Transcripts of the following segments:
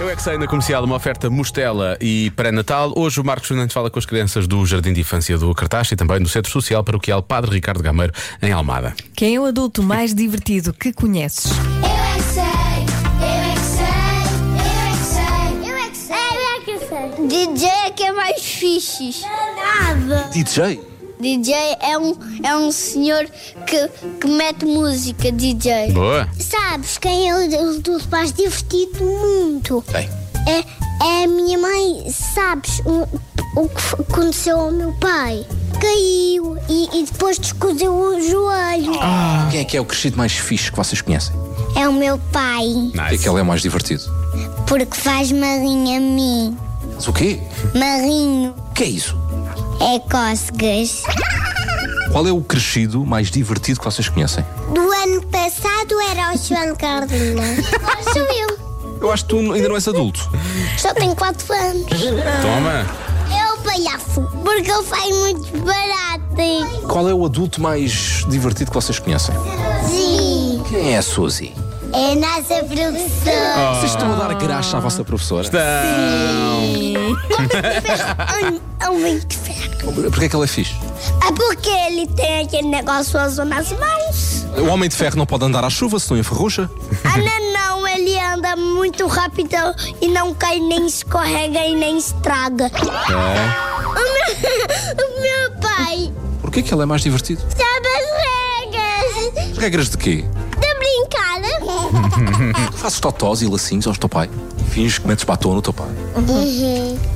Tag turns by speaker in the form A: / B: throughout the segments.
A: Eu é que sei na comercial uma oferta Mostela e pré-natal. Hoje o Marcos Fernandes fala com as crianças do Jardim de Infância do Cartaz e também do Centro Social Paroquial Padre Ricardo Gameiro, em Almada.
B: Quem é o adulto mais divertido que conheces?
C: Eu é que sei, eu é que sei, eu é que sei, eu é que sei, eu é que sei, eu é que sei. DJ é que é mais fixe. Nada.
D: DJ?
C: DJ é um, é um senhor que, que mete música, DJ.
A: Boa!
C: Sabes quem é o adulto mais divertido do mundo?
D: Quem?
C: É, é a minha mãe, sabes o, o que f- aconteceu ao meu pai? Caiu e, e depois descobriu o joelho.
D: Quem é que é o crescido mais fixe que vocês conhecem?
C: É o meu pai.
D: Porquê é que ele é o mais divertido?
C: Porque faz marinho a mim.
D: Mas o quê?
C: Marinho
D: O que é isso?
C: é cócegas.
D: Qual é o crescido mais divertido que vocês conhecem?
C: Do ano passado era o João Carolina. Agora sou eu.
D: Eu acho que tu ainda não és adulto.
C: Só tenho 4 anos.
A: Toma!
C: É o palhaço, porque ele faz muito barato.
D: Qual é o adulto mais divertido que vocês conhecem?
C: Sim.
D: Quem é a Suzy?
C: É a nossa produção.
D: Vocês estão a dar graxa à vossa professora?
A: Ah,
C: É um homem de ferro.
D: Porquê é que ele é fixe?
C: É porque ele tem aquele negócio azul nas mãos.
D: O homem de ferro não pode andar à chuva, senão enferruja.
C: Ah, não, não, ele anda muito rápido e não cai, nem escorrega e nem estraga. O meu, o meu pai
D: Porquê é que ele é mais divertido?
C: sabe as regras Tá
D: Regras de quê?
C: de brincar.
D: Tu fazes totós e lacinhos ao teu pai? Finges que metes batom no teu pai?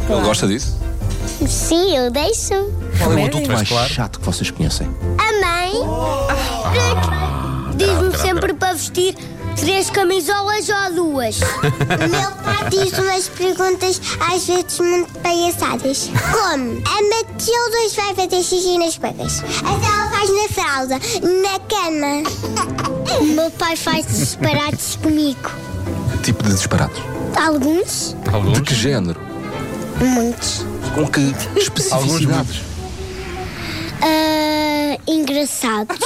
D: Ele gosta disso?
C: Sim, eu deixo.
D: Qual é o
B: Também.
D: adulto
A: Mas
D: mais
A: claro.
D: chato que vocês conhecem?
C: A mãe Ah. porque diz-me sempre para vestir três camisolas ou duas. O meu pai diz umas perguntas às vezes muito palhaçadas. Como? A Matilda vai fazer xixi nas cuecas. A ela faz na fralda, na cama. O meu pai faz disparates comigo.
D: Tipo de disparados?
C: Alguns,
A: Alguns?
D: De que género?
C: muitos.
D: Com que especificidades?
A: muitos.
C: Ah, engraçados.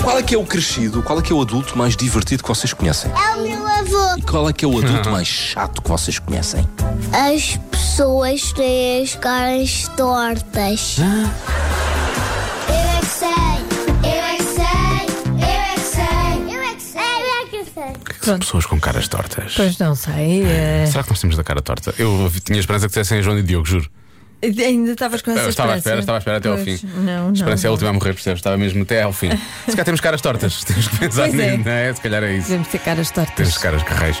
D: Qual é que é o crescido, qual é que é o adulto mais divertido que vocês conhecem?
C: É o meu avô.
D: E qual é que é o adulto mais chato que vocês conhecem?
C: As pessoas têm as caras tortas. Eu é que sei, eu é que sei, eu é que sei, eu é que sei, eu é que sei.
A: São pessoas com caras tortas.
B: Pois não sei. eh,
A: Será que nós temos da cara torta? Eu tinha esperança que dissessem João e Diogo, juro.
B: ainda estavas com essa
A: Eu estava à espera,
B: esperança.
A: estava à espera até ao
B: Pois,
A: fim.
B: Não, não.
A: Esperança é a
B: não.
A: última a morrer, percebes? Estava mesmo até ao fim. Se calhar temos caras tortas, temos que pensar
B: Pois é.
A: nisso, não é? Se calhar é isso.
B: Podemos ter caras tortas.
A: Temos caras carreiros.